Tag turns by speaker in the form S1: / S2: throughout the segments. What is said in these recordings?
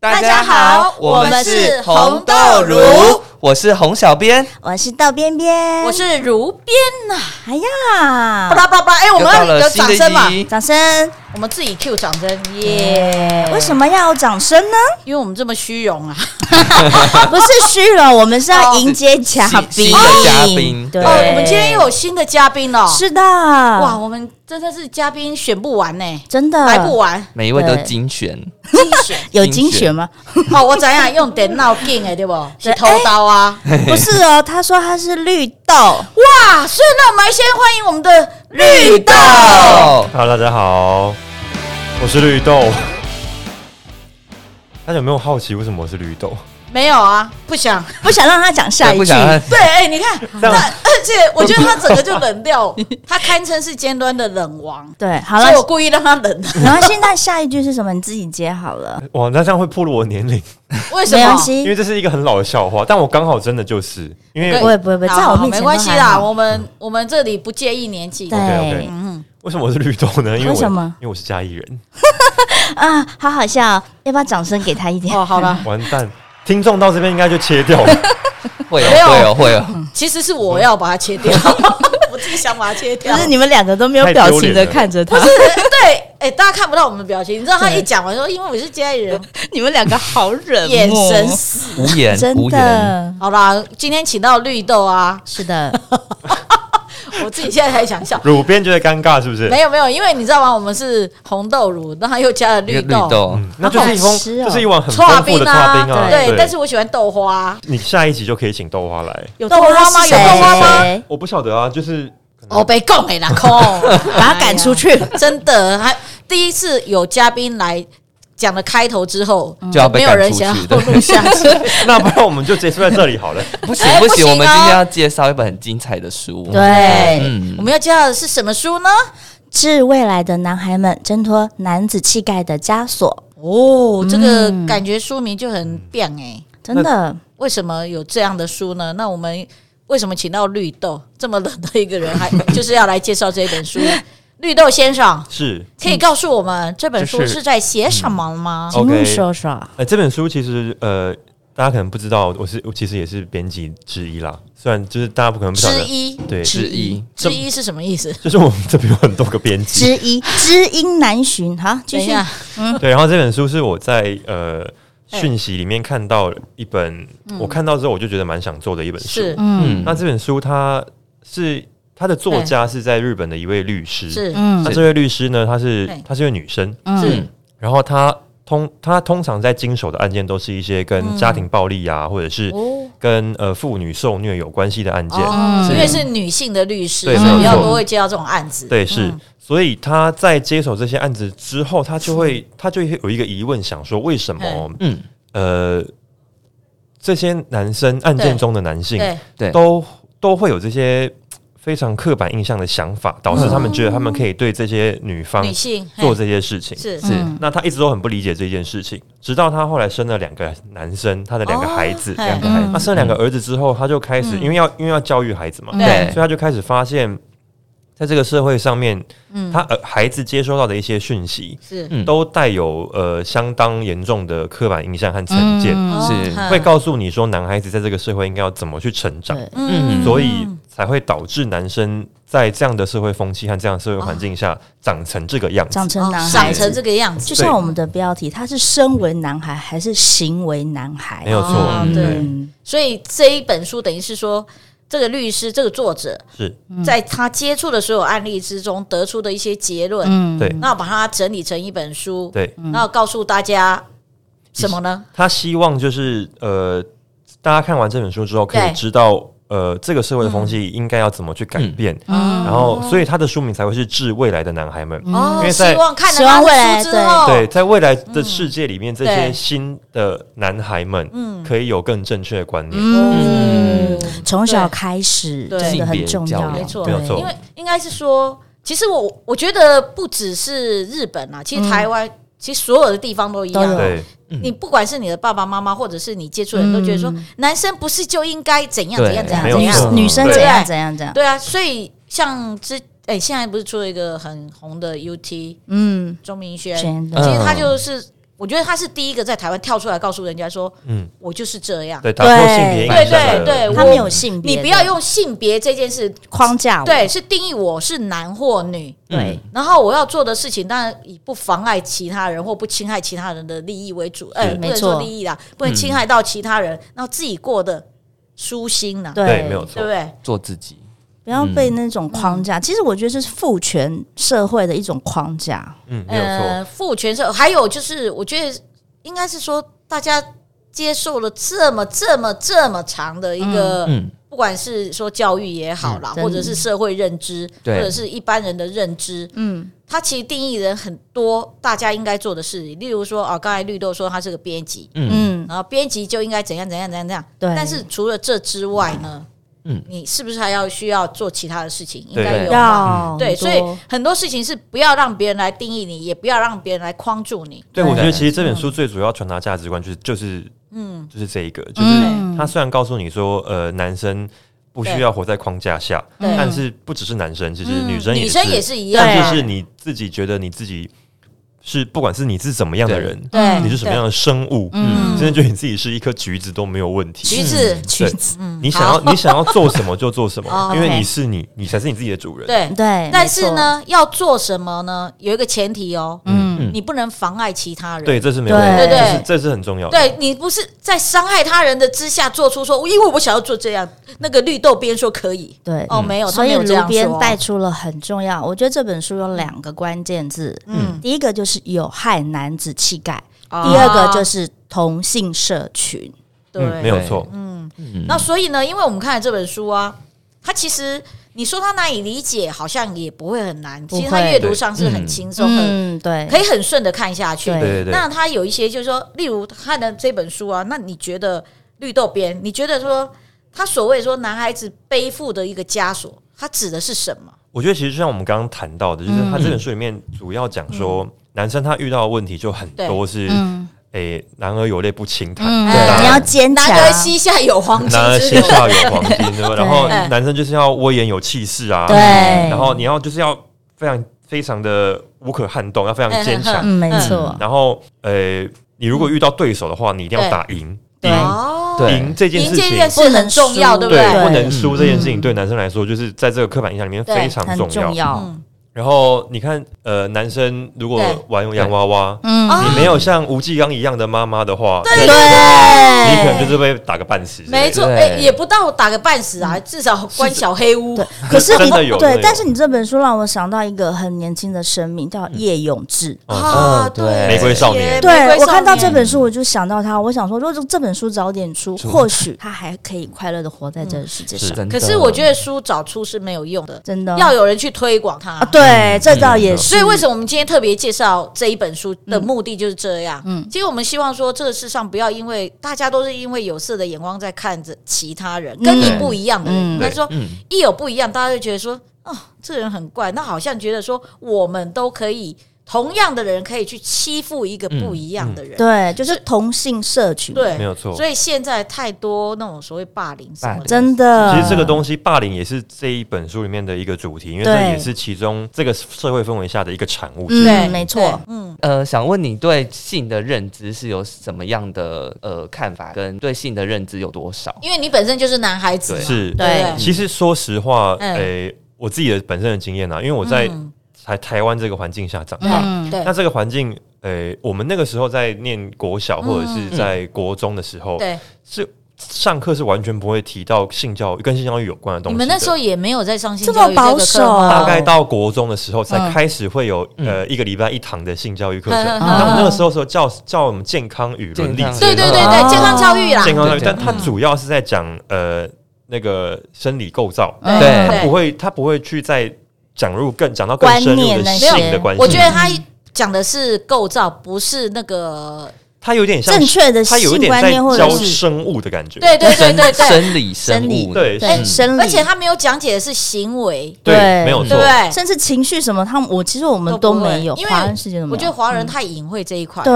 S1: 大家好我们是红豆乳，
S2: 我是洪小编，
S3: 我是豆边边，
S1: 我是如边呐、
S3: 哎呀
S1: 巴，拉巴拉巴拉，哎，我
S2: 又
S1: 们
S2: 到
S1: 要
S2: 了
S1: 有
S2: 新
S1: 掌
S2: 的
S1: 声嘛，
S2: 一集，
S3: 掌声！
S1: 我们自己 Q 掌声，耶！
S3: 为什么要有掌声呢？
S1: 么？因为我们这么虚荣啊！
S3: 不是虚荣，我们是要迎接嘉
S2: 新
S3: 宾，
S2: 新的嘉宾
S3: 对，
S2: 对
S1: 哦，我们今天又有新的嘉宾哦，
S3: 是的，
S1: 哇，
S3: 哇，
S1: 我们真的是嘉宾选不完呢，
S3: 真的
S1: 来不 完，
S2: 每一位都
S3: 对
S2: 精选，
S1: 精选
S3: 有精选吗？
S1: 哦，我怎样用电脑镜的对不？是偷刀啊！
S3: 不是哦，他说他是绿豆，
S1: 哇，所以那我们先欢迎我们的绿豆。
S4: Hello，大家好，我是绿豆。大家有没有好奇为什么我是绿豆？
S1: 没有啊，不想。
S3: 不想让他讲下
S2: 对
S3: 一
S2: 不
S3: 句，
S2: 想看
S1: 对，哎、你 看，那
S4: 这样
S1: 而且我觉得他整个就冷掉，他堪称是尖端的冷王，
S3: 对，好
S1: 所
S3: 了
S1: 以我，故意让他 冷。
S3: 然后现在下一句是什么？你自己接好了，
S4: 哇，那这样会暴露我年龄，
S1: 为什
S3: 没
S1: 么
S3: 关？
S4: 因
S3: 系
S4: 为，这是一个很老的笑话。但我刚好真的就是因为
S1: 对
S3: 不会不会不会，
S1: 好
S3: 在我
S1: 好
S3: 面前
S1: 没关系
S3: 都还
S1: 啦，
S3: 好
S1: 我们我们这里不介意年纪。
S3: 对
S4: OK，OK
S1: 嗯，
S4: 为什么我是绿豆呢？因为我
S3: 为什么
S4: 因为我是嘉义人。
S3: 啊，好好笑哦，要不要掌声给他一点？
S1: 哦，好了，
S4: 完蛋，听众到这边应该就切掉了。
S2: 会有
S1: 没有
S2: 会有会哦有，
S1: 其实是我要把它切 掉，我自己想把它切
S3: 就
S1: 掉。
S3: 是你们两个都没有
S4: 太
S3: 表
S4: 丢
S3: 情
S4: 脸
S3: 的
S4: 了
S3: 看着他，
S1: 对，哎、大家看不到我们的表情，你知道他
S3: 对
S1: 一讲完说，因为我是家里人，
S3: 你们两个好忍
S1: 眼神死。
S2: 无言
S3: 真
S2: 无言。
S3: 的
S1: 好啦，今天请到绿豆啊，
S3: 是的，
S1: 我自己现在才想笑。
S4: 乳边觉得尴尬是不是？
S1: 没有没有，因为你知道吗？我们是红豆乳，然后又加了
S2: 一个
S1: 绿
S2: 绿
S1: 豆，
S2: 豆，
S4: 嗯，那就是一
S3: 好好
S4: 封，
S3: 吃哦
S4: 就是一碗很丰富的
S1: 啊，
S4: 刨冰啊。
S1: 对。但是我喜欢豆花，
S4: 你下一集就可以请豆花来。
S3: 有
S1: 豆花吗
S3: 是
S1: 有豆花吗
S3: 谁？哦
S4: 我不晓得啊，就是
S1: 我被供 给啦，空，
S3: 把他赶出去，
S1: 哎呀。哎真的，还第一次有嘉宾来讲的开头之后，
S2: 就要被
S1: 没有
S2: 赶
S1: 人
S2: 出
S1: 想
S2: 去
S1: 要录下去。
S4: 那不然我们就结束在这 里好了。
S2: 不行
S1: 哎
S2: 不
S1: 不
S2: 行，
S1: 行
S2: 我们今天
S1: 哦
S2: 要介绍一本很精彩的书。
S3: 对，
S2: 嗯
S1: 我，们要介绍的是什么书呢？
S3: 嗯致未来的男孩们挣脱男子气概的枷锁，
S1: 哦，这个
S3: 嗯
S1: 感觉书名就很变哎、
S3: 真的
S1: 为什么有这样的书呢？那我们为什么请到绿豆这么冷的一个人，还 就是要来介绍这本 书？绿豆先生，
S4: 是，
S1: 可以告诉我
S4: 嗯
S1: 们这本书
S4: 就是
S1: 是在写什么吗？
S4: 嗯
S3: 请勿
S4: OK
S3: 说说，
S4: 呃，这本书其实呃，大家可能不知道，我是我其实也是编辑之一啦。虽然就是大家不可能不晓
S1: 之
S4: 得，
S1: 一，
S4: 对
S2: 之一
S1: 之一是什么意思？
S4: 就是我们这边有很多个编辑。
S3: 知音知音难寻，好，继
S1: 等一
S3: 续，
S1: 下，
S4: 对，然后这本书是我在呃
S1: 哎
S4: 讯息里面看到一本，
S1: 嗯
S4: 我看到之后我就觉得蛮想做的一本书。
S1: 是
S3: 嗯
S4: 那这本书它是它的作家是在日本的一位律师，
S1: 哎是
S3: 嗯
S4: 那这位律师呢，她是
S1: 对
S4: 她是一位女生，
S3: 嗯，
S2: 嗯
S4: 然后她通她通常在经手的案件都是一些跟家庭暴力啊，或者是
S1: 嗯哦，
S4: 跟呃妇女受虐有关系的案件。
S1: 哦
S3: 是
S1: 因为是女性的律师，
S4: 嗯对
S1: 所以比
S3: 没有
S1: 较
S3: 错
S1: 多会接到这种案子。
S4: 对，是，
S1: 嗯
S4: 所以他在接手这些案子之后，他就会他就会有一个疑问，想说为什么
S2: 嗯，
S4: 呃这些男生案件中的男性
S1: 对，
S2: 对，
S4: 都都会有这些非常刻板印象的想法，导致他们觉得他们可以对这些女方
S1: 女性嘿
S4: 做这些事情。
S1: 是
S2: 是
S3: 嗯
S4: 那他一直都很不理解这件事情，直到他后来生了两个男生，他的两个孩子
S1: 哦，
S4: 两、个
S3: 嘿
S4: 孩子，
S3: 嗯
S4: 他生了两个儿子之后，他就开始、因为要因为要教育孩子
S3: 嗯
S4: 嘛，
S1: 对
S4: 所以他就开始发现，在这个社会上面，
S3: 嗯
S4: 他呃孩子接收到的一些讯息，
S1: 是
S2: 嗯
S4: 都带有呃相当严重的刻板印象和成见，
S3: 嗯
S1: 哦
S2: 是
S1: 嗯
S4: 会告诉你说男孩子在这个社会应该要怎么去成长，
S3: 对
S2: 嗯
S4: 所以才会导致男生在这样的社会风气和这样的社会环境下长成这个样子。
S3: 长成男
S1: 哦
S3: 孩
S1: 长
S3: 子
S1: 成这个样子，
S3: 就像我们的标题，他是身为男孩还是行为男孩？
S4: 没有错
S1: 哦
S4: 嗯
S1: 对，
S3: 嗯，
S1: 所以这一本书等于是说，这个律师这个作者
S4: 是
S1: 在他接触的所有案例之中得出的一些结论，
S3: 嗯
S4: 对
S1: 那我把它整理成一本书，
S4: 对，
S1: 然后告诉大家什么呢？
S4: 他希望就是呃，大家看完这本书之后可
S1: 对
S4: 以知道呃这个社会的风气应该要怎么去改变，
S1: 嗯
S4: 然后所以他的书名才会是致未来的男孩们。嗯因
S1: 哦，
S4: 为在
S1: 希望看了
S3: 希望未
S1: 他
S3: 来
S1: 的书之后，
S4: 对，在未来的世界里面，这些
S1: 对
S4: 新的男孩们，
S1: 嗯
S4: 可以有更正确的观念。
S3: 嗯，从小
S1: 对
S3: 开始
S1: 对
S3: 真的很重
S5: 性别
S3: 要，
S5: 教育
S1: 没错，
S4: 没有错
S1: 因为应该是说，其实我我觉得不只是日本啊，其实台湾、
S4: 嗯
S1: 其实所有的地方都一
S3: 都有
S1: 样。
S4: 对，
S1: 你不管是你的爸爸妈妈，或者是你接触的人都觉得说，
S4: 嗯
S1: 男生不是就应该怎样
S5: 对
S1: 怎样怎样
S4: 没有
S1: 怎
S3: 女
S4: 错
S1: 样？
S3: 女生怎
S1: 对
S3: 样怎样怎样，
S1: 对啊，所以像之哎、现在不是出了一个很红的 UT
S3: 嗯，
S1: 钟明轩，
S3: 真的
S5: 嗯
S1: 其实他就是。我觉得他是第一个在台湾跳出来告诉人家说：“
S4: 嗯
S1: 我就是这样。
S4: 对，打破
S3: 对
S4: 性别影
S1: 对
S4: 响的
S1: 对对我
S3: 他没有性别
S1: 你
S3: 的，
S1: 不要用性别这件事，
S3: 框架嗯我，
S1: 对，是定义我是男或女。
S3: 对，
S1: 然后我要做的事情，当然以不妨碍其他人或不侵害其他人的利益为主，哎、
S4: 是
S1: 不
S3: 没
S1: 能
S3: 错
S1: 说利益啦，不能侵害到其他人，然后自己过得舒心呐，
S4: 对，没有
S1: 对
S4: 错
S1: 不。对？
S5: 做自己，
S3: 不要被那种框
S1: 嗯
S3: 架。其实我觉得这是父权社会的一种框架，
S4: 嗯，没有错。
S1: 呃，父权社，还有就是，我觉得应该是说大家。接受了这么这么这么长的一个，
S5: 嗯，
S1: 不管是说教育也好啦，
S3: 嗯
S1: 或者是社会认知，或
S5: 对
S1: 者是一般人的认知，
S3: 嗯，
S1: 它其实定义人很多大家应该做的事，例如说啊，刚才绿豆说他是个编辑，
S3: 嗯，
S1: 然后编辑就应该怎样怎样怎样怎样。
S3: 对
S1: 但是除了这之外呢，
S5: 嗯
S1: 你是不是还要需要做其他的事情？应
S4: 对
S1: 该有吧。
S3: 要
S1: 对，
S3: 很
S1: 所以
S3: 多
S1: 很多事情是不要让别人来定义你，也不要让别人来框住你。
S4: 对，我觉
S5: 对
S4: 得其实这
S1: 嗯
S4: 本书最主要传达价值观就是就是嗯，就是这一个，就是
S1: 嗯
S3: 嗯
S4: 他虽然告诉你说，呃，男生不需要活在框架下，
S1: 对
S4: 但是不只是男生，其实
S1: 嗯
S4: 女生
S1: 女
S4: 也
S1: 生也
S4: 是，
S1: 是一样
S3: 对
S4: 但
S1: 啊，
S4: 就是你自己觉得你自己是，不管是你是怎么样的人，
S1: 对，
S4: 你是什么样的生物，
S3: 嗯
S4: 真的觉得你自己是一颗橘子都没有问
S1: 对？橘
S4: 题。
S1: 子，
S3: 裙子，
S1: 嗯
S4: 你 想要你想要做什么就做什
S1: 哦
S4: 么，
S1: ，OK
S4: 因为你是你，你才是你自己的主人。
S1: 对。
S3: 嗯对，
S1: 但是呢，要做什么呢？有一个前提哦，
S3: 嗯
S1: 你不能妨碍其他人。
S4: 对，这是没有
S3: 对
S4: 问题，
S1: 对
S4: 这
S1: 对
S4: 是这是很重要的。
S1: 对你不是在伤害他人的之下做出说，因为我想要做这样。那个绿豆边说可以，
S3: 没错，对。
S1: 哦，没有，他
S3: 嗯所
S1: 没
S3: 以
S1: 有这
S3: 炉
S1: 样
S3: 边
S4: 嗯
S1: 说啊
S3: 带出了很重要，我觉得这本书有两个关键字，
S1: 嗯，哦
S3: 第一个就是有害男子气概，
S1: 第
S3: 第二个就是同性社群，
S4: 嗯，
S1: 对，
S4: 没有错。
S1: 那所以呢，因为我们看了这本书啊，它其实你说它难以理解，好像也不会很难。
S3: 不会
S1: 其实它阅读上是很轻松，很
S3: 嗯，对，
S1: 可以很顺的看下去。
S3: 对
S4: 对对对，
S1: 那它有一些就是说，例如看的这本书啊，那你觉得绿豆边，你觉得说他所谓说男孩子背负的一个枷锁，它指的是什么？
S4: 我觉得其实就像我们刚刚谈到的，就是
S3: 嗯
S4: 他这本书里面主要讲说，男生他遇到的问题就很多是，诶、男儿有泪不轻弹，
S3: 嗯，
S1: 对
S4: 男
S1: 啊
S3: 你要坚强
S1: 男，儿膝下有黄金
S4: 男儿
S1: 之
S4: 膝
S1: 流，
S4: 下有黄金，对
S3: 对
S4: 吧？
S3: 嗯
S4: 然后男生就是要威严有气势啊，
S3: 对
S4: 然后你要就是要非常非常的无可撼动，要非常坚强，
S3: 嗯，没错，
S4: 然后呃，你如果遇到对手的话，你一定要打赢，
S3: 对
S4: 赢
S1: 哦，
S5: 对
S4: 赢这件
S1: 银
S4: 事
S1: 这
S4: 情。
S1: 件事很重要，对
S3: 不
S1: 不
S4: 对
S1: 对？，
S4: 不能输这件事情对男生来说，就是在这个刻板印象里面非常
S3: 很重要，
S1: 嗯
S4: 然后你看，呃，男生如果
S1: 对
S4: 玩洋娃娃，
S3: 嗯
S1: 哦
S4: 你没有像吴继刚一样的妈妈的话，
S1: 对
S4: 你可能就是被打个半死之类的。
S1: 没错，
S5: 对
S1: 哎、也不到打个半死啊，至少关小黑屋。
S3: 嗯对，可是你
S4: 真的有真的
S3: 对
S4: 有，
S3: 但是你这本书让我想到一个很年轻的生命，叫叶永志。
S5: 哦对
S4: 嗯玫瑰少年
S1: 玫
S3: 啊对
S1: 瑰
S3: 我
S1: 少
S3: 看到
S1: 年
S3: 这本书，我就想到他，我想说，如果这本书早点出，或许他还可以快乐嗯的活在这个世界上。
S4: 嗯
S5: 真的
S1: 可是我觉得书找出是没有用的，
S3: 真的
S1: 要有人去推广它。
S3: 嗯啊，
S4: 嗯
S3: 对，这倒也是。
S1: 所以为什么我们今天特别介绍这一本书的目的就是这样？嗯，其实我们希望说，这个世上不要因为大家都是因为有色的眼光在看着其他人，跟你
S3: 嗯
S1: 不一样的
S3: 嗯
S1: 人，但是说
S5: 嗯
S1: 一有不一样，大家就觉得
S4: 嗯
S1: 说，哦，这人很怪，那好像觉得说我们都可以。同样的人可以去欺负一个不一样的人，
S3: 对，就是同性社群，
S1: 对，
S4: 没有错
S1: 所以现在太多那种所谓霸凌什么的，
S3: 真的。
S4: 其实这个东西霸凌也是这一本书里面的一个主题，因为这
S3: 对
S4: 也是其中这个社会氛围下的一个产物。
S3: 嗯，没错，
S1: 嗯，
S5: 呃，想问你对性的认知是有什么样的呃看法，跟对性的认知有多少？
S1: 因为你本身就是男孩子嘛，对
S4: 是
S1: 不对，
S4: 其实说实话，
S1: 嗯
S4: 诶、我自己的本身的经验啊，因为我在
S1: 嗯
S4: 台台湾这个环境下长大，
S3: 嗯
S1: 对
S4: 那
S1: 对
S4: 这个环境，诶、我们那个时候在念国小或者
S1: 嗯
S4: 是在国中的时候，
S1: 对，
S4: 是上课是完全不会提到性教育跟性教育有关的东
S1: 你
S4: 西的。
S1: 们那时候也没有在上性
S3: 这么
S1: 教育个
S3: 保
S1: 课
S3: 守
S1: 吗
S4: 大概到国中的时候才
S3: 嗯
S4: 开始会有、呃一个礼拜一堂的性教育课程，
S1: 嗯嗯嗯
S4: 那我们那个时候时候叫叫我们健康与伦理
S5: 健康
S4: 之类
S1: 对
S4: 的
S1: 对对
S3: 哦
S1: 对，健康教育啦，
S4: 健康教育，
S5: 对
S4: 但它主要是在讲呃那个生理构造，
S3: 嗯
S5: 对
S4: 他不会他不会去再讲入更讲到更
S3: 观
S4: 深入
S3: 念
S4: 的
S3: 那
S4: 性
S3: 些
S4: 的关系。
S1: 我觉得他讲的是构造，不是那个。
S4: 他有点像
S3: 正确的
S4: 他有一
S3: 性
S4: 点
S3: 观
S4: 在
S3: 念或
S4: 教
S3: 者是
S4: 生物的感觉。
S1: 对对对
S5: 生
S1: 对对，
S5: 生理生
S3: 理
S5: 物嗯
S4: 对
S3: 对生理，
S1: 哎而且他没有讲解的是行为，
S4: 对
S3: 对
S4: 没有
S5: 嗯
S1: 对
S4: 错
S1: 不。对？
S3: 甚至情绪什么，他们我其实我们
S1: 都
S3: 都
S1: 不会
S3: 没有，
S1: 因为
S3: 华人世界都没有。嗯
S1: 我觉得华人太隐晦这一块。
S3: 对，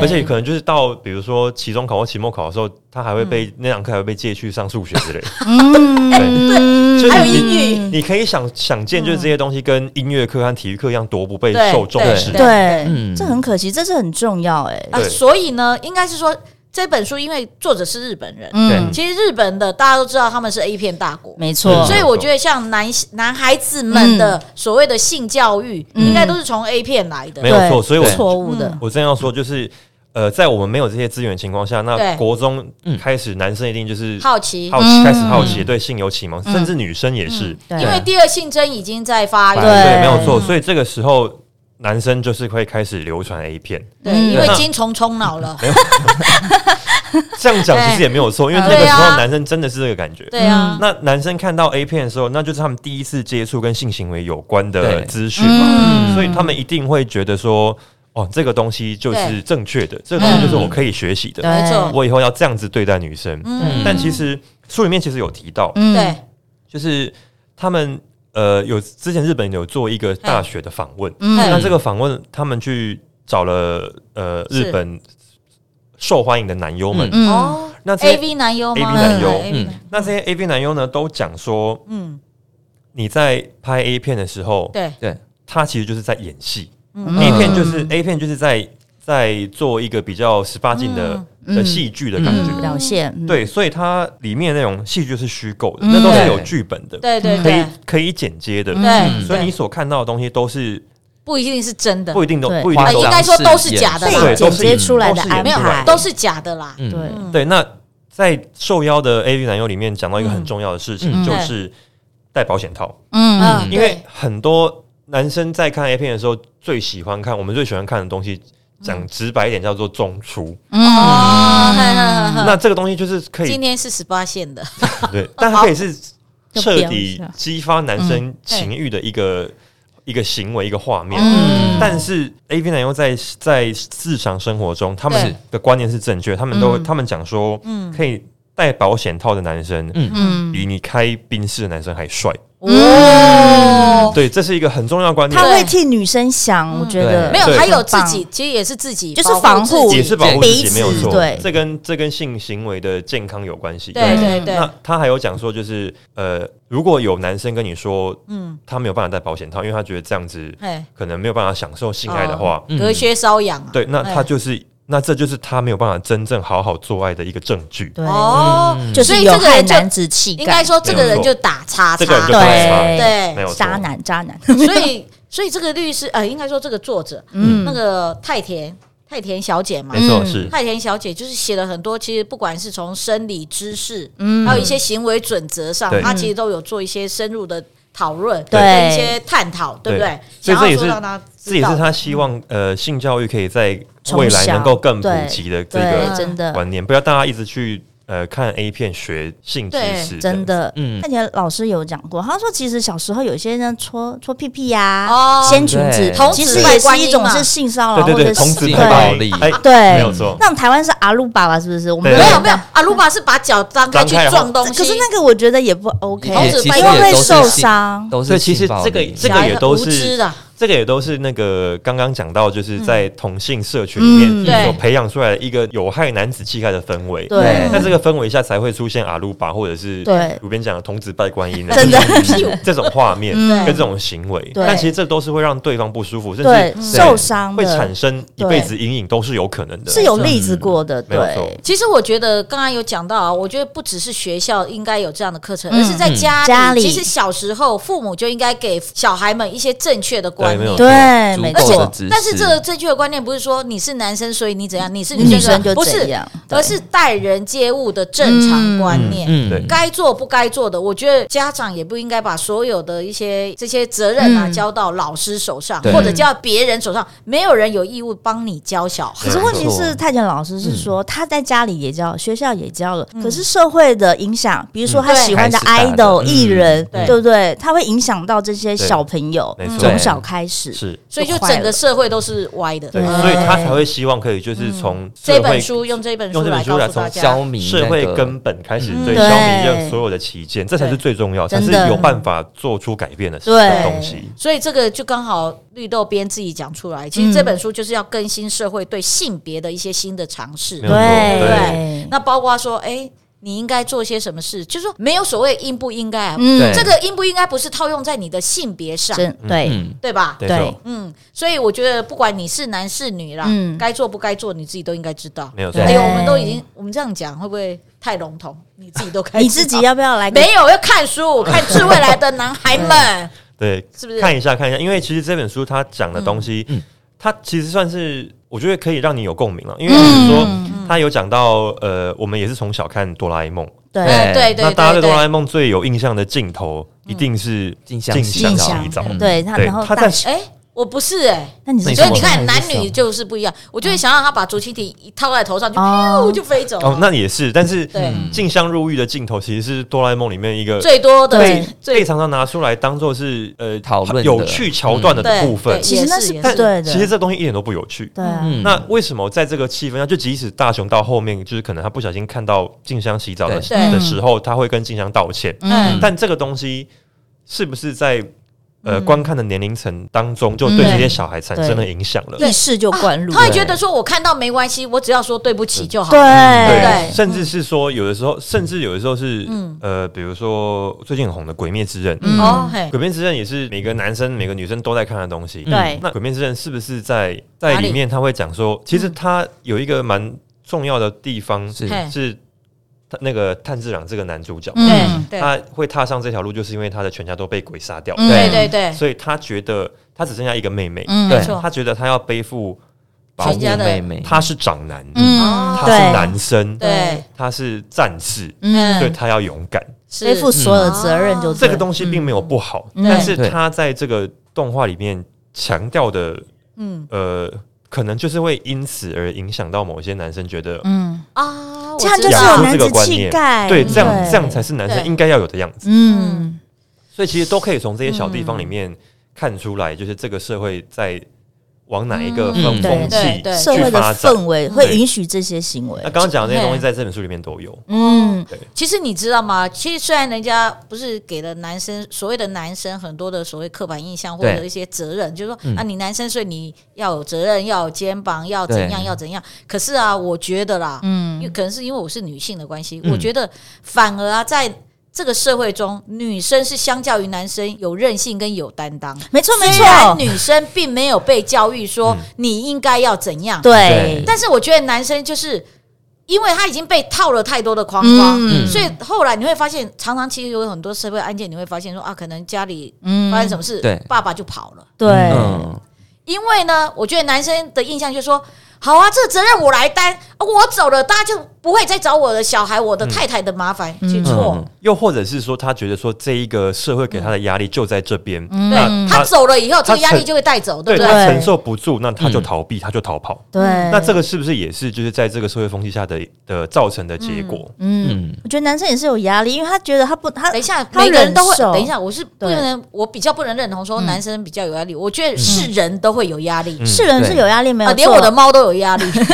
S4: 而且可能就是到比如说期中考或期末考的时候，他还会被、
S1: 嗯
S4: 那堂课还会被借去上数学 之类的。
S3: 嗯，
S4: 对
S1: 还有英
S3: 语，
S4: 你可以想想见，就是这些东西跟音乐课和体育课一样，多不被
S1: 对
S4: 受重视。
S1: 对
S3: 对，
S5: 嗯
S3: 这很可惜，这是很重要哎。
S1: 啊，
S4: 对
S1: 所以呢，应该是说这本书，因为作者是日本人，
S3: 嗯，
S1: 其实日本的大家都知道他们是 A 片大国，
S3: 没错
S4: 嗯，
S1: 所以我觉得像男男孩子们的所谓的性教育，
S3: 嗯
S1: 应该都是从 A 片来的。
S4: 没有错，所以我
S5: 对
S3: 错误的，
S4: 我正要说就是。呃，在我们没有这些资源的情况下，
S1: 对
S4: 那国中
S5: 嗯
S4: 开始，男生一定就是
S1: 好奇，嗯
S4: 好
S3: 嗯
S4: 奇，开始好奇，对性有启蒙，甚至女生也是。
S3: 对
S1: 因为第二性征已经在发育，
S3: 对
S4: 对，没有错。
S1: 嗯
S4: 所以这个时候，男生就是会开始流传 A 片。
S1: 对，
S3: 嗯
S1: 因为精虫充脑了，
S4: 这样讲其实也没有错，因为那
S1: 对
S4: 个时
S1: 啊
S4: 候男生真的是这个感觉。
S1: 对啊，
S3: 嗯
S4: 那男生看到 A 片的时候，那就是他们第一次接触跟性行为有关的
S5: 对
S4: 资讯嘛，
S3: 嗯
S4: 所以他们一定会觉得说，哦，这个东西就
S1: 对
S4: 是正确的，这个东西就是我可以学习的，
S1: 没错
S4: 我以后要这样子对待女生。
S1: 嗯，
S4: 但其实书里面其实有提到，
S3: 嗯，
S1: 对，
S4: 就是他们呃有之前日本有做一个大学的访问，那
S1: 嗯
S4: 这个访问他们去找了呃
S1: 是
S4: 日本受欢迎的男优们，
S5: 嗯
S3: 嗯，
S1: 哦
S4: 那这
S1: ，A
S4: 些
S1: V 男优吗
S4: AV 男优
S1: 嗯，AV
S5: 嗯
S4: 那这些 A V 男优呢都讲说。
S1: 嗯，
S4: 你在拍 A 片的时候，
S1: 对，
S5: 对，
S4: 它其实就是在演戏。
S3: 嗯
S4: A 片就是 A 片就是在在做一个比较十八禁的
S3: 嗯
S4: 的戏剧的感
S3: 嗯
S4: 觉。
S3: 表现，嗯，
S4: 对，所以它里面那种戏剧是虚构的，
S3: 嗯
S4: 那都是有剧本的，
S1: 对对嗯
S4: 可以
S1: 对
S4: 可以剪接的。
S1: 对，
S4: 嗯所以你
S1: 对
S4: 所看到的东西都是
S1: 不一定是真的，
S4: 不一定都
S3: 对
S4: 不一定
S5: 夸
S1: 啊，
S4: 都
S1: 应
S5: 张
S1: 该说都是假的啦
S4: 对，
S3: 被
S4: 都
S3: 剪
S4: 是
S3: 接出来的啊
S4: 都是演
S3: 安
S1: 没有
S4: 出来
S3: 排
S4: 的
S1: 都是假的啦，
S5: 嗯
S3: 对，
S1: 嗯
S4: 对。那在受邀的 A V 男优里面讲到一个很重要的事情，
S5: 嗯
S4: 就是戴保险套。
S3: 嗯，
S1: 嗯
S4: 因为
S1: 对
S4: 很多男生在看 A 片的时候，最喜欢看我们最喜欢看的东西，讲直白一点叫做中出。
S3: 嗯
S1: 哦，呵呵呵呵
S4: 嗯那这个东西就是可
S1: 今
S4: 以
S1: 天是十八线的，
S4: 对，但它可以是彻底
S3: 就标一下
S4: 激发男生情欲的一个、一个行为一个画面。
S3: 嗯
S4: 但是 A 片男优在在日常生活中，他
S1: 对
S4: 们的观念是正确，他们都、
S3: 嗯
S4: 他们讲说，可以戴保险套的男生，
S5: 嗯
S3: 嗯，
S4: 比你开宾士的男生还帅。
S1: 哦，
S4: 对，这是一个很重要的观念
S3: 他。会替女生想，我觉
S5: 对
S3: 得
S1: 嗯没有，
S4: 嗯对
S1: 还有自己，其实也是自己，
S3: 就是
S1: 保
S3: 防护
S1: 自己
S4: 也是保护自
S3: 彼
S4: 己
S3: 此
S4: 没有错，
S3: 对
S4: 这跟这跟性行为的健康有关系。
S1: 对对
S3: 嗯
S1: 对，
S4: 那他还有讲说，就是呃，如果有男生跟你说，嗯，他没有办法戴保险套，因为他觉得这样子
S1: 哎，
S4: 可能没有办法享受性爱的
S3: 哦
S4: 话，
S5: 嗯
S1: 隔靴搔痒啊，
S4: 对，那
S1: 哎
S4: 他就是、那这就是他没有办法真正好好做爱的一个证据。
S3: 对，
S1: 哦，
S4: 嗯
S3: 就
S1: 所
S3: 是
S1: 以
S3: 有
S1: 这个
S3: 害
S1: 人就
S3: 男子气
S1: 应该
S3: 概，
S1: 说这个人就打叉
S4: 这个人
S1: 叉
S4: 就，
S3: 对
S4: 对
S1: 对
S4: 没有错
S3: 渣男，渣男，
S1: 所以所以这个律师呃，应该说这个作者，
S3: 嗯
S1: 那个太田太田小姐嘛，
S4: 没错，
S3: 嗯
S4: 是
S1: 太田小姐就是写了很多，其实不管是从生理知识，
S3: 嗯
S1: 还有一些行为准则上
S4: 对，
S1: 她其实都有做一些深入的讨论，
S3: 对
S1: 跟一些探讨，对不对
S4: 对？所以
S1: 想
S4: 这
S1: 要
S4: 也
S1: 说
S4: 是
S1: 让她
S4: 这
S1: 知
S4: 也
S1: 道
S4: 是，他希望呃性教育可以在
S3: 从
S4: 未来
S3: 小
S4: 能够更普
S3: 对
S4: 及的这
S3: 嗯对，
S1: 嗯
S4: 个
S3: 真的，
S4: 观念，不要大家一直去呃看 A 片学性知
S1: 对
S4: 识，
S3: 真的，
S5: 嗯
S3: 那前老师有讲过，他说其实小时候有些人搓搓屁屁呀、
S1: 哦
S3: 掀裙子
S5: 对，
S3: 其实也是一种是性骚扰
S4: 对
S3: 哦或
S4: 对
S3: 者
S4: 对，童
S3: 是
S4: 子
S5: 性
S4: 太
S5: 暴
S4: 暴
S5: 力
S4: 力，哎，
S3: 对，
S4: 没有错。
S3: 那我们台湾是阿鲁巴吧？是不是？我们
S4: 对
S1: 没
S4: 对
S1: 有没有，阿鲁巴是把脚张开去
S4: 张开
S1: 撞东西，
S3: 可是那个我觉得也不 OK，
S5: 也
S1: 童子
S5: 其
S1: 败
S5: 实
S3: 因为
S5: 也
S3: 会
S5: 都
S3: 受
S5: 是性，
S3: 伤。
S5: 都
S4: 所
S5: 是
S4: 以其实
S5: 性暴
S4: 这个
S5: 力
S4: 这个也都是
S1: 无知的，
S4: 这个也都是那个刚刚讲到，就是在同性社群里
S3: 嗯
S4: 面
S1: 对
S4: 所培养出来的一个有害男子气概的氛围。
S3: 对
S4: 在这个氛围下才会出现阿鲁巴或者是
S3: 对
S4: 鲁边讲的童子拜观音啊
S3: 真的
S4: 这种画面
S3: 嗯
S4: 跟这种行为，
S3: 对
S4: 但其实这都是会让对方不舒服，甚
S3: 对
S4: 至
S3: 受伤
S4: 会产
S3: 的，
S4: 生一辈子阴影都是有可能的。
S3: 是有例子过的，
S4: 没有错
S3: 对，
S1: 其实我觉得刚刚有讲到啊，我觉得不只是学校应该有这样的课程，
S3: 嗯
S1: 而是在家
S3: 嗯家里
S1: 其实小时候父母就应该给小孩们一些正确的观观
S4: 没有
S1: 念。
S4: 错
S3: 对，没
S5: 足够的
S3: 错，
S5: 知识，
S1: 但是这个正确的观念不是说你是男生所以你怎样，你
S4: 嗯
S1: 是
S3: 女
S1: 女生怎
S3: 生就
S1: 样不
S3: 这
S1: 是，
S3: 样，对
S1: 而是待人接物的正常观念。
S5: 嗯
S4: 对
S1: 该做不该做的，我觉得家长也不应该把所有的一些这些责任啊、
S3: 嗯
S1: 交到老师手上，
S5: 对
S1: 或者交到别人手上。没有人有义务帮你教小孩
S3: 可。是问题
S4: 没
S3: 是，
S4: 错嗯
S3: 泰拳老师是说他在家里也教，学校也教了，可是社会的影响，比如说他喜欢的
S5: 嗯开始大的
S3: idol 艺人，
S1: 对
S3: 对不对？他会影响到这些小朋友
S4: 没错
S3: 从小开始。
S4: 是，
S1: 所以就整个社会都是歪的。嗯
S4: 对，
S3: 对嗯
S4: 所以他才会希望可以就是从
S1: 这
S4: 社会
S1: 本书用这本书
S4: 用这本
S1: 来
S4: 书
S1: 告
S4: 来
S1: 诉大
S4: 从
S1: 家
S5: 消，弭
S4: 社
S5: 那
S4: 会
S5: 个
S4: 根本开始
S1: 嗯
S4: 对
S3: 对
S4: 消弭这所有的旗舰，这才是最重要，才
S3: 真
S4: 是
S3: 的
S4: 有办法做出改变的
S3: 对
S4: 东西。
S1: 所以这个就刚好绿豆边自己讲出来。其
S4: 嗯
S1: 实这本书就是要更新社会对性别的一些新的尝试。
S4: 没有错
S3: 对
S4: 对，
S1: 那包括说，哎、你应该做些什么事，就是说没有所谓应不应该
S4: 嗯
S5: 对
S1: 啊。这个应不应该不是套用在你的性别上，
S3: 嗯真对，
S5: 嗯，
S1: 对吧？
S4: 对
S3: 对
S4: 没错
S1: 嗯，所以我觉得不管你是男是女啦，
S3: 嗯
S1: 该做不该做，你自己都应该知道。
S4: 没有错
S5: 对
S1: 哎呦，我们都已经，我们这样讲会不会太笼统？你自己都该知道
S3: 你自己要不要来嗯个？
S1: 没有要看书，看智未来的男孩们，
S4: 对，
S1: 是不是？
S4: 看一下看一下，因为其实这本书它讲的东西，
S5: 嗯嗯
S4: 它其实算是我觉得可以让你有共鸣了，因为比如说它有讲到呃，我们也是从小看哆啦 A 梦，
S3: 对，
S1: 嗯对对
S4: 哎那
S1: 对
S4: 大家对
S1: 对
S4: 哆啦 A 梦最有印象的镜头一定是
S5: 镜像
S4: 镜
S5: 洗澡
S4: 洗澡，
S5: 嗯
S3: 对他，
S4: 对
S3: 然后
S4: 他
S3: 大
S4: 在
S1: 哎、我不是哎、
S3: 那你是
S5: 你
S1: 所
S5: 说
S1: 以你看，
S5: 我
S1: 男
S5: 看是
S1: 女就是不一样。我就会想让他把竹蜻蜓一套在头上，就飘
S3: 哦
S1: 就飞走了。
S4: 哦，那也是，但是
S1: 对
S5: 嗯
S4: 镜像入狱的镜头其实是哆啦 A 梦里面一个
S1: 最多的
S3: 对
S4: 被常常拿出来当做是呃
S5: 讨论的嗯
S4: 有趣桥段的
S1: 对
S4: 部分
S1: 对，
S3: 其实那是
S1: 也
S3: 不
S4: 但
S3: 对的，
S4: 其实这东西一点都不有趣。
S3: 对啊，
S5: 嗯
S4: 那为什么在这个气氛下，就即使大雄到后面，就是可能他不小心看到静香洗澡的
S5: 对
S1: 对
S4: 的时候，他会跟静香道歉，
S1: 嗯
S4: 但这个东西是不是在呃
S3: 嗯
S4: 观看的年龄层当中，就对这些小孩产生了影响了？
S3: 意识就灌入
S1: 他
S3: 了，
S1: 会觉得说我看到没关系，我只要说对不起就好。
S4: 哦
S3: 对
S5: 嗯
S4: 甚至是说有的时候，甚至有的时候是呃，比如说最近很红的《鬼灭之刃》，
S3: 嗯
S1: 嗯哦嘿
S4: 《鬼灭之刃》也是每个男生、每个女生都在看的东西。
S3: 对
S4: 那《鬼灭之刃》是不是在在里面他会讲说，其实他有一个蛮重要的地方是
S1: 嘿
S4: 是他那个炭治郎这个男主角，
S3: 嗯
S1: 对
S4: 他会踏上这条路，就是因为他的全家都被鬼杀掉，
S3: 嗯
S1: 对对对
S4: 所以他觉得他只剩下一个妹妹，
S3: 嗯
S5: 对
S1: 没错
S4: 他觉得他要背负，
S5: 保护
S1: 全家的
S5: 妹妹，
S4: 他是长男，
S3: 嗯
S1: 哦，
S4: 他是
S3: 对，
S4: 男生，
S1: 对，
S4: 他是战士，
S3: 嗯
S4: 所以，他要勇敢。
S1: 是嗯哦
S3: 背负所有的责任就
S4: 这个
S3: 对
S4: 东西并没有不好，
S3: 嗯
S4: 但是
S5: 对
S4: 他在这个动画里面强调的，
S1: 嗯
S4: 呃，可能就是会因此而影响到某些男生觉得，
S3: 嗯，
S1: 啊，
S3: 这样就
S1: 知
S3: 是
S1: 道
S3: 有
S4: 养出
S3: 男
S4: 这
S3: 子
S4: 个观
S3: 气
S4: 念
S3: 概，
S4: 对，这样
S3: 对
S4: 这样才是男生
S1: 对
S4: 应该要有的样子。
S3: 嗯，
S4: 所以其实都可以从这些小地方里面看出来，就是这个社会在往哪一个
S5: 嗯
S4: 风
S3: 对
S4: 风
S1: 对
S4: 气
S1: 对
S3: 社会
S4: 去
S3: 的
S4: 发展。
S3: 氛围会允许这些行为
S4: 那。刚刚讲的那些东西，在这本书里面都有。
S3: 嗯，
S1: 其实你知道吗？其实虽然人家不是给了男生所谓的男生很多的所谓刻板印象或
S5: 对
S1: 者一些责任，就是说、
S5: 嗯
S1: 啊，你男生所以你要有责任，要有肩膀，要怎样
S5: 对
S1: 要怎样。可是啊，我觉得啦，嗯，因为可能是因为我是女性的关系，我觉得反而啊，在这个社会中，女生是相较于男生有韧性跟有担当。
S3: 没错没
S1: 虽然
S3: 错，
S1: 女生并没有被教育说你应该要怎样，
S3: 对，
S1: 但是我觉得男生就是因为他已经被套了太多的框框，
S3: 嗯
S1: 所以后来你会发现，常常其实有很多社会案件，你会发现说啊，可能家里发生
S3: 嗯，
S1: 什么事，
S5: 对
S1: 爸爸就跑了。
S3: 对，
S5: 嗯，
S1: 因为呢，我觉得男生的印象就是说，好啊，这个责任我来担，啊我走了，大家就不会再找我的小孩、我的太太的麻烦。其实错
S5: 嗯，
S4: 又或者是说，他觉得说这一个社会给他的压力就在这边，
S3: 嗯
S4: 那
S1: 对他走了以后，这
S4: 他
S1: 个压力
S4: 承
S1: 就会带走，对
S4: 对
S1: 不
S4: 他
S1: 对？
S4: 承受不住，那他就逃避，他就逃跑。
S3: 对，
S4: 那这个是不是也是就是在这个社会风气下的的造成的结果？
S3: 嗯，
S5: 嗯，
S3: 我觉得男生也是有压力，因为他觉得他不，他
S1: 等一下，
S3: 他
S1: 每个呃人都会嗯
S3: 忍受
S1: 等一下，我是不
S3: 对
S1: 能，我比较不能认同说男生比较有压力，我觉得是人都会有压
S4: 嗯
S1: 力。
S3: 是人是有压力没有
S1: 啊，
S3: 错，
S1: 连我的猫都有压力，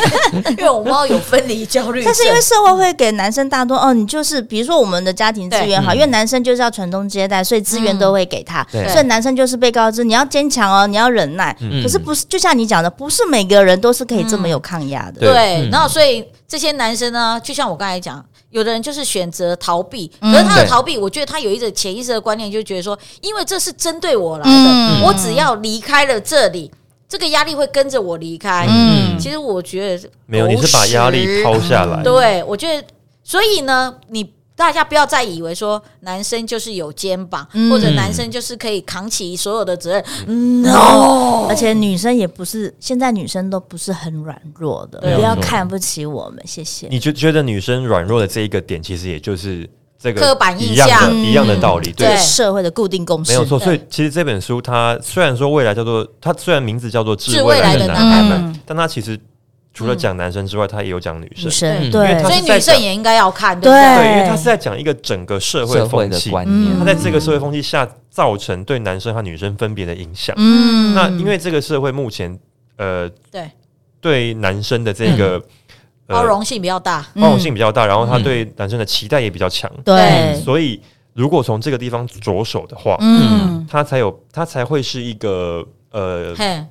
S1: 因为我猫有分离焦虑症。
S3: 但是因为社会会给男生大多哦，你就是比如说我们的家庭资源好，因为男生就是要传宗接代，所以资源都会给他，
S5: 对
S3: 所以男生就是被告知你要坚强哦，你要忍耐。可是不是就像你讲的，不是每个人都是可以这么有抗压的。
S4: 对
S1: 对，
S5: 嗯
S1: 然后所以这些男生呢，就像我刚才讲，有的人就是选择逃避，可是他的逃避，我觉得他有一个潜意识的观念，就觉得说，因为这是针对我来
S3: 嗯
S1: 的，我只要离开了这里，这个压力会跟着我离开。
S3: 嗯
S1: 其实我觉得
S4: 没有，你是把压力
S1: 狗屎
S4: 哎抛下来。
S1: 对，我觉得，所以呢，你大家不要再以为说男生就是有肩膀，
S3: 嗯
S1: 或者男生就是可以扛起所有的责任。No，
S3: 而且女生也不是，现在女生都不是很软弱的，
S1: 对
S3: 不要
S5: 没错
S3: 看不起我们，谢谢。
S4: 你觉觉得女生软弱的这一个点，其实也就是这个
S1: 刻板印
S4: 一样的
S1: 象
S4: 一样的道理，
S3: 这
S4: 对
S3: 是，社嗯会的固定共识，
S4: 没有错。
S1: 对
S4: 所以其实这本书它虽然说未来叫做它虽然名字叫做《
S1: 致
S4: 致
S1: 未
S4: 未
S1: 来
S4: 来
S1: 的
S4: 的
S1: 男
S4: 男
S1: 孩
S4: 孩
S3: 们
S4: 们》，但它其实除了讲男生之外，它也有讲女
S3: 女
S4: 生。
S3: 生
S5: 嗯
S4: 因为
S3: 对
S4: 她
S1: 所以
S4: 是在
S1: 女生
S4: 讲
S1: 也应该要看，
S3: 对
S1: 不
S4: 对，因为它是在讲一个整个社会
S5: 社会
S4: 风
S5: 的
S4: 气，
S5: 观
S3: 嗯
S5: 念，
S4: 它在这个社会风气下造成对男生和女生分别的影响。
S3: 嗯
S4: 那因为这个社会目前呃
S1: 对
S4: 对男生的这个呃
S1: 对包容性比较大。
S3: 嗯
S4: 包容性比较大，然后他对男生的期待也比较强，
S3: 对，
S4: 所以如果从这个地方着手的话，
S3: 嗯
S4: 他才有他才会是一个呃
S1: 嗯嘿，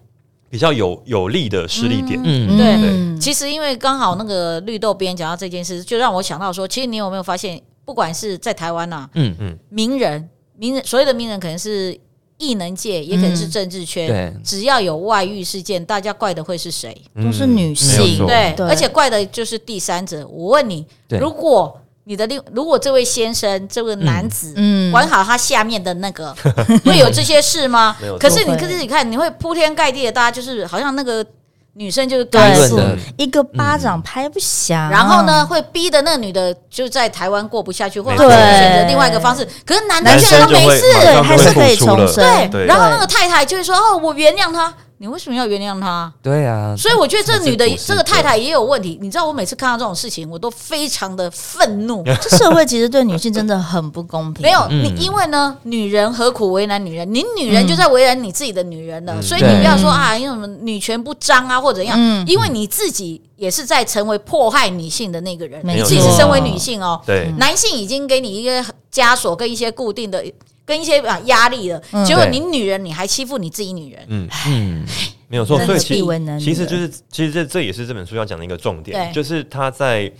S4: 比较有有利的实力点。
S5: 嗯
S1: 对
S3: 嗯
S1: 其实因为刚好那个绿豆边讲到这件事，就让我想到说，其实你有没有发现，不管是在台湾呐、
S5: 嗯，
S1: 名人、名人，所谓的名人可能是艺能界，也可能是政治圈，
S5: 对，
S1: 只要有外遇事件，大家怪的会是谁？
S3: 嗯都是女性
S4: 没有错
S1: 对，
S3: 对
S1: 而且怪的就是第三者。我问你，
S5: 对
S1: 如果你的另如果这位先生、这位男子，
S3: 嗯
S1: 管好他下面的那 个，会有这些事吗
S4: 没有？
S1: 可
S4: 错
S1: 是你
S3: 不会
S1: 可是你看，你会铺天盖地的，大家就是好像那个女生就是
S3: 对
S1: 该
S5: 论
S1: 死，
S5: 的
S3: 一个巴掌拍不响。
S1: 然后呢，会逼的那个女的就在台湾过不下去，或者
S4: 对
S1: 选择另外一个方式。可是男的
S4: 男
S1: 现在
S4: 生
S1: 都
S4: 就
S1: 没
S4: 会
S1: 事，
S4: 马上就
S3: 还是
S4: 会
S3: 可以
S4: 付出了
S3: 重
S1: 对，
S3: 生
S4: 对
S1: 然后那个太太就会说：“哦，我原谅他。”你为什么要原谅他？
S5: 对啊，
S1: 所以我觉得这女的
S5: 这是不是
S1: 这个太太也有问题。你知道，我每次看到这种事情，我都非常的 愤怒。
S3: 这社会其实对女性真的很不公平。
S1: 没有
S5: 嗯
S1: 你，因为呢，女人何苦为难女人？你女人就
S3: 嗯
S1: 在为难你自己的女人了，
S4: 嗯
S1: 所以你
S5: 对
S1: 不要说啊，因为什么女权不彰啊，或者怎样，
S3: 嗯
S1: 因为你自己也是在成为迫害女性的那个人，
S3: 没
S1: 你
S4: 错
S1: 自己是身为女性哦，
S4: 对，
S1: 男性已经给你一个枷锁跟一些固定的。跟一些啊压力了，
S3: 嗯
S1: 结果
S5: 对
S1: 你女人你还欺负你自己女人，
S4: 嗯，
S5: 嗯，
S4: 没有错。
S3: 真
S4: 所
S3: 的
S4: 以
S3: 是
S4: 其
S3: 地为难女
S4: 其实
S3: 人
S4: 就是其实这这也是这本书要讲的一个重点，
S1: 对
S4: 就是他在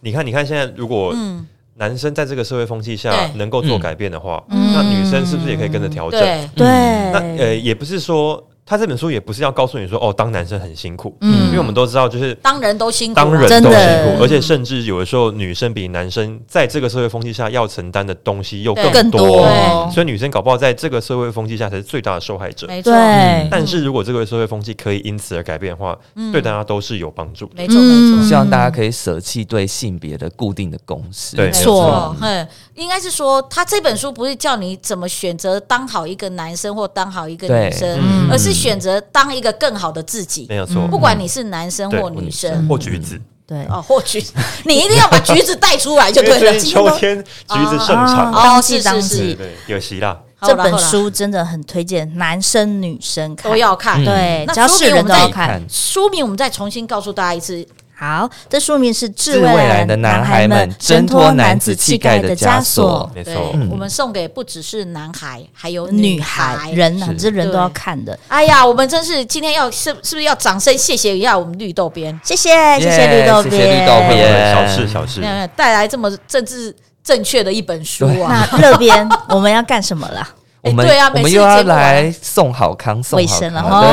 S4: 你看你看现在如果
S1: 嗯，
S4: 男生在这个社会风气下
S1: 对
S4: 能够做
S5: 嗯
S4: 改变的话，
S3: 嗯
S4: 那女生是不是也可以跟着调整？
S1: 对，
S3: 对，
S4: 那
S1: 哎
S4: 呃，也不是说他这本书也不是要告诉你说哦，当男生很辛苦，
S3: 嗯
S4: 因为我们都知道，就是
S1: 当人都辛苦啊，
S4: 当人
S3: 真
S4: 都辛
S3: 的
S4: 苦，而且甚至有的时候女生比男生在这个社会风气下要承担的东西又
S1: 对
S3: 更
S4: 多，
S3: 多
S4: 所以女生搞不好在这个社会风气下才是最大的受害者。
S1: 没错，
S3: 对，
S4: 但是如果这个社会风气可以因此而改变的话，对大家都是有帮助的。
S1: 嗯没错，没错
S3: 嗯，
S5: 希望大家可以舍弃对性别的固定的公式。
S4: 对
S1: 没错，嗯，应该是说，他这本书不是叫你怎么选择当好一个男生或当好一个女生，
S3: 嗯
S1: 而是选择当一个更好的自己。
S4: 没有错，
S1: 嗯不管你是男生
S4: 对
S1: 或女生，
S4: 或橘子，
S3: 对，
S1: 哦，或橘， 你一定要把橘子带出来就
S4: 因
S1: 对
S4: 为
S1: 了
S4: 最。近秋天橘子盛
S3: 啊
S4: 产，
S1: 哦
S3: 当
S1: 是
S3: 季
S1: 是
S3: 当
S1: 是
S4: 对
S3: 季，
S4: 对，有希腊。
S1: 好
S3: 这
S1: 啦
S3: 本
S1: 好啦
S3: 书真的很推荐男生女生看
S1: 都。要看，
S5: 嗯
S3: 对，
S1: 那
S3: 只要
S1: 说
S3: 是
S1: 明我
S3: 人
S1: 们
S3: 都
S1: 在
S3: 要
S5: 看
S3: 看。
S1: 书名我们再重新告诉大家一次，
S3: 好，这书名是《致
S5: 致未
S3: 未
S5: 来的男
S3: 男
S5: 孩
S3: 孩
S5: 们挣脱男子气概的枷锁
S4: 没
S1: 对
S4: 错，，
S1: 我们送给不只是男孩，还有
S3: 女
S1: 孩
S3: 孩。人啊，
S5: 是
S3: 这人都
S1: 对
S3: 要看的。
S1: 哎呀，我们真是今天要是是不是要掌声谢谢一下我们绿豆编？
S3: 谢谢，谢谢绿豆
S5: 谢谢绿豆边
S4: 对
S3: 边。
S5: Yeah
S4: 小事小事
S1: 嗯没。有没有带来这么政治正确的一本书啊！
S3: 那乐边， 我们要干什么啦？
S5: 我们、
S1: 哎对啊
S5: 我
S1: 每
S5: 们
S1: 次
S5: 又要
S1: 节目啊
S5: 来送好康，送
S3: 卫
S5: 好
S3: 生
S5: 康，
S3: 了
S5: 对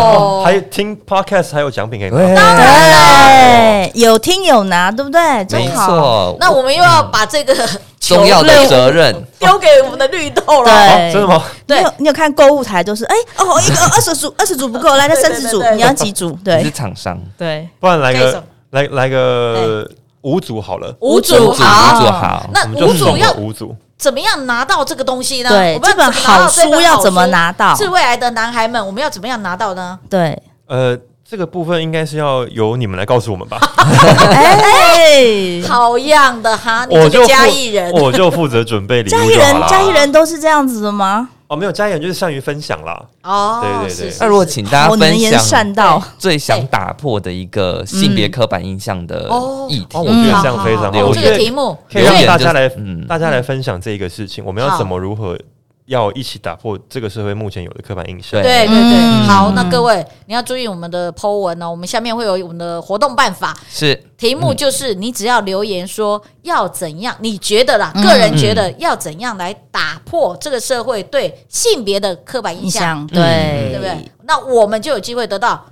S1: 哦
S4: 哎还有听 podcast 还有奖品给你 拿
S5: 对，
S3: 对，有听有拿，对不对？
S5: 没
S3: 真好。
S5: 错，
S1: 那我们又要把 这个
S5: 重要的责任，
S1: 丢给我们的绿豆了。
S4: 哦
S3: 对，
S4: 真的吗？
S1: 对
S3: 你有你有看购物台都是，哎，哦，一个二十 组，二十组不够，来，那
S1: 对对
S3: 三十组
S1: 对对，对
S3: 你要几 组？
S5: 你是
S3: 对
S5: 厂商，
S3: 对，
S4: 不然来
S1: 该什么
S4: 个来来个五组好了，
S1: 五
S3: 五
S1: 组
S5: 做好，
S1: 好，
S5: 做好，
S1: 那
S4: 我们就
S1: 五组
S4: 送
S1: 要
S4: 了五组，
S1: 怎么样拿到这个东西呢？
S3: 对
S1: 我们要怎
S3: 这本
S1: 么拿到
S3: 好
S1: 这本
S3: 书要怎么
S1: 好书
S3: 拿到
S1: 是未来的男孩们，我们要怎么样拿到呢？
S3: 对，
S4: 呃，这个部分应该是要由你们来告诉我们吧。
S3: 哎，
S1: 好样的哈！ 你
S4: 我
S1: 这
S4: 就
S1: 个
S4: 负
S1: 嘉义人，
S4: 我就负责准备礼
S3: 嘉
S4: 物
S3: 义
S4: 就好
S3: 人，
S4: 啦
S3: 嘉义人都是这样子的吗？
S4: 哦，没有嘉义人就是善于分享啦。
S1: 哦，
S4: 对对
S1: 是
S4: 对
S1: 是
S5: 那如果请大
S3: 好
S5: 家分
S3: 能言善
S5: 享
S3: 道，
S5: 最想打破的一个性别刻板印象的
S1: 嗯哦
S5: 议题
S4: 哦，，我觉得
S1: 好
S4: 这样非
S1: 好
S4: 常好，我
S1: 这
S4: 觉
S1: 个题
S4: 得
S1: 目
S4: 可以让
S5: 留言
S4: 大
S5: 就
S4: 家
S5: 是
S4: 来
S5: 嗯
S4: 大家来分享这一个事情，我们
S1: 好
S4: 要怎么如何要一起打破这个社会目前有的刻板印象。
S5: 对
S1: 对对对，
S3: 嗯
S1: 好，那各位你要注意我们的 Po 文哦，我们下面会有我们的活动办法，
S5: 是
S1: 题目就是你只要留言说要怎样，你觉得啦，个人觉得要怎样来打破这个社会对性别的刻板印
S3: 印
S1: 象，
S3: 嗯象对
S1: 对不对？那我们就有机会得到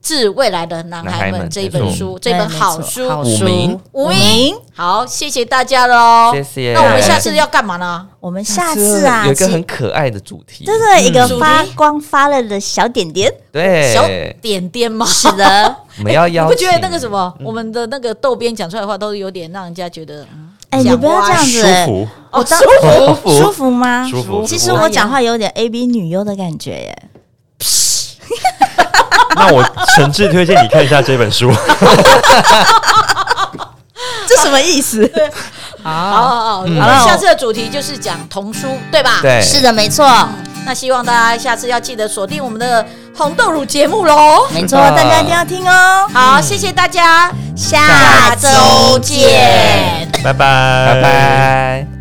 S1: 致未来的男孩们》这一本书，这本好书。
S3: 哎好
S5: 五名
S3: 书。
S1: 无名，好，谢谢大家喽。
S5: 谢谢。啊
S1: 那我们下次要干嘛呢？
S3: 我们下次啊，
S5: 有一个
S3: 请
S5: 很可爱的主题，
S3: 真的一个
S1: 嗯
S3: 发光发热的小点点，
S1: 小
S5: 对，
S1: 点点吗？
S3: 是的。
S5: 我们要
S1: 哎你
S5: 邀
S1: 不
S5: 请，
S1: 觉得那个什么，我们的那个豆边讲出来的话，都有点让人家觉得，嗯
S3: 哎，你不要这样
S4: 舒
S3: 子，哎
S4: 服，
S3: 我当
S5: 舒服
S3: 舒服吗？
S4: 舒服
S3: 其实我讲话有点 A B 女优的感觉耶。
S4: 那我诚挚推荐你看一下这 本书。
S3: 这什么意思？
S1: 好
S5: 啊？
S1: 好好，我们
S5: 嗯
S1: 下次的主题就是讲童书，对吧？。
S5: 对，
S4: 哎
S3: 是的，没错，
S1: 那希望大家下次要记得锁定我们的红豆乳节目喽。
S3: 没
S5: 是
S3: 错，
S5: 的
S3: 大家一定要听哦。
S1: 好，谢谢大家，
S3: 下周见。
S1: 见。
S4: 拜拜，
S5: 拜。拜。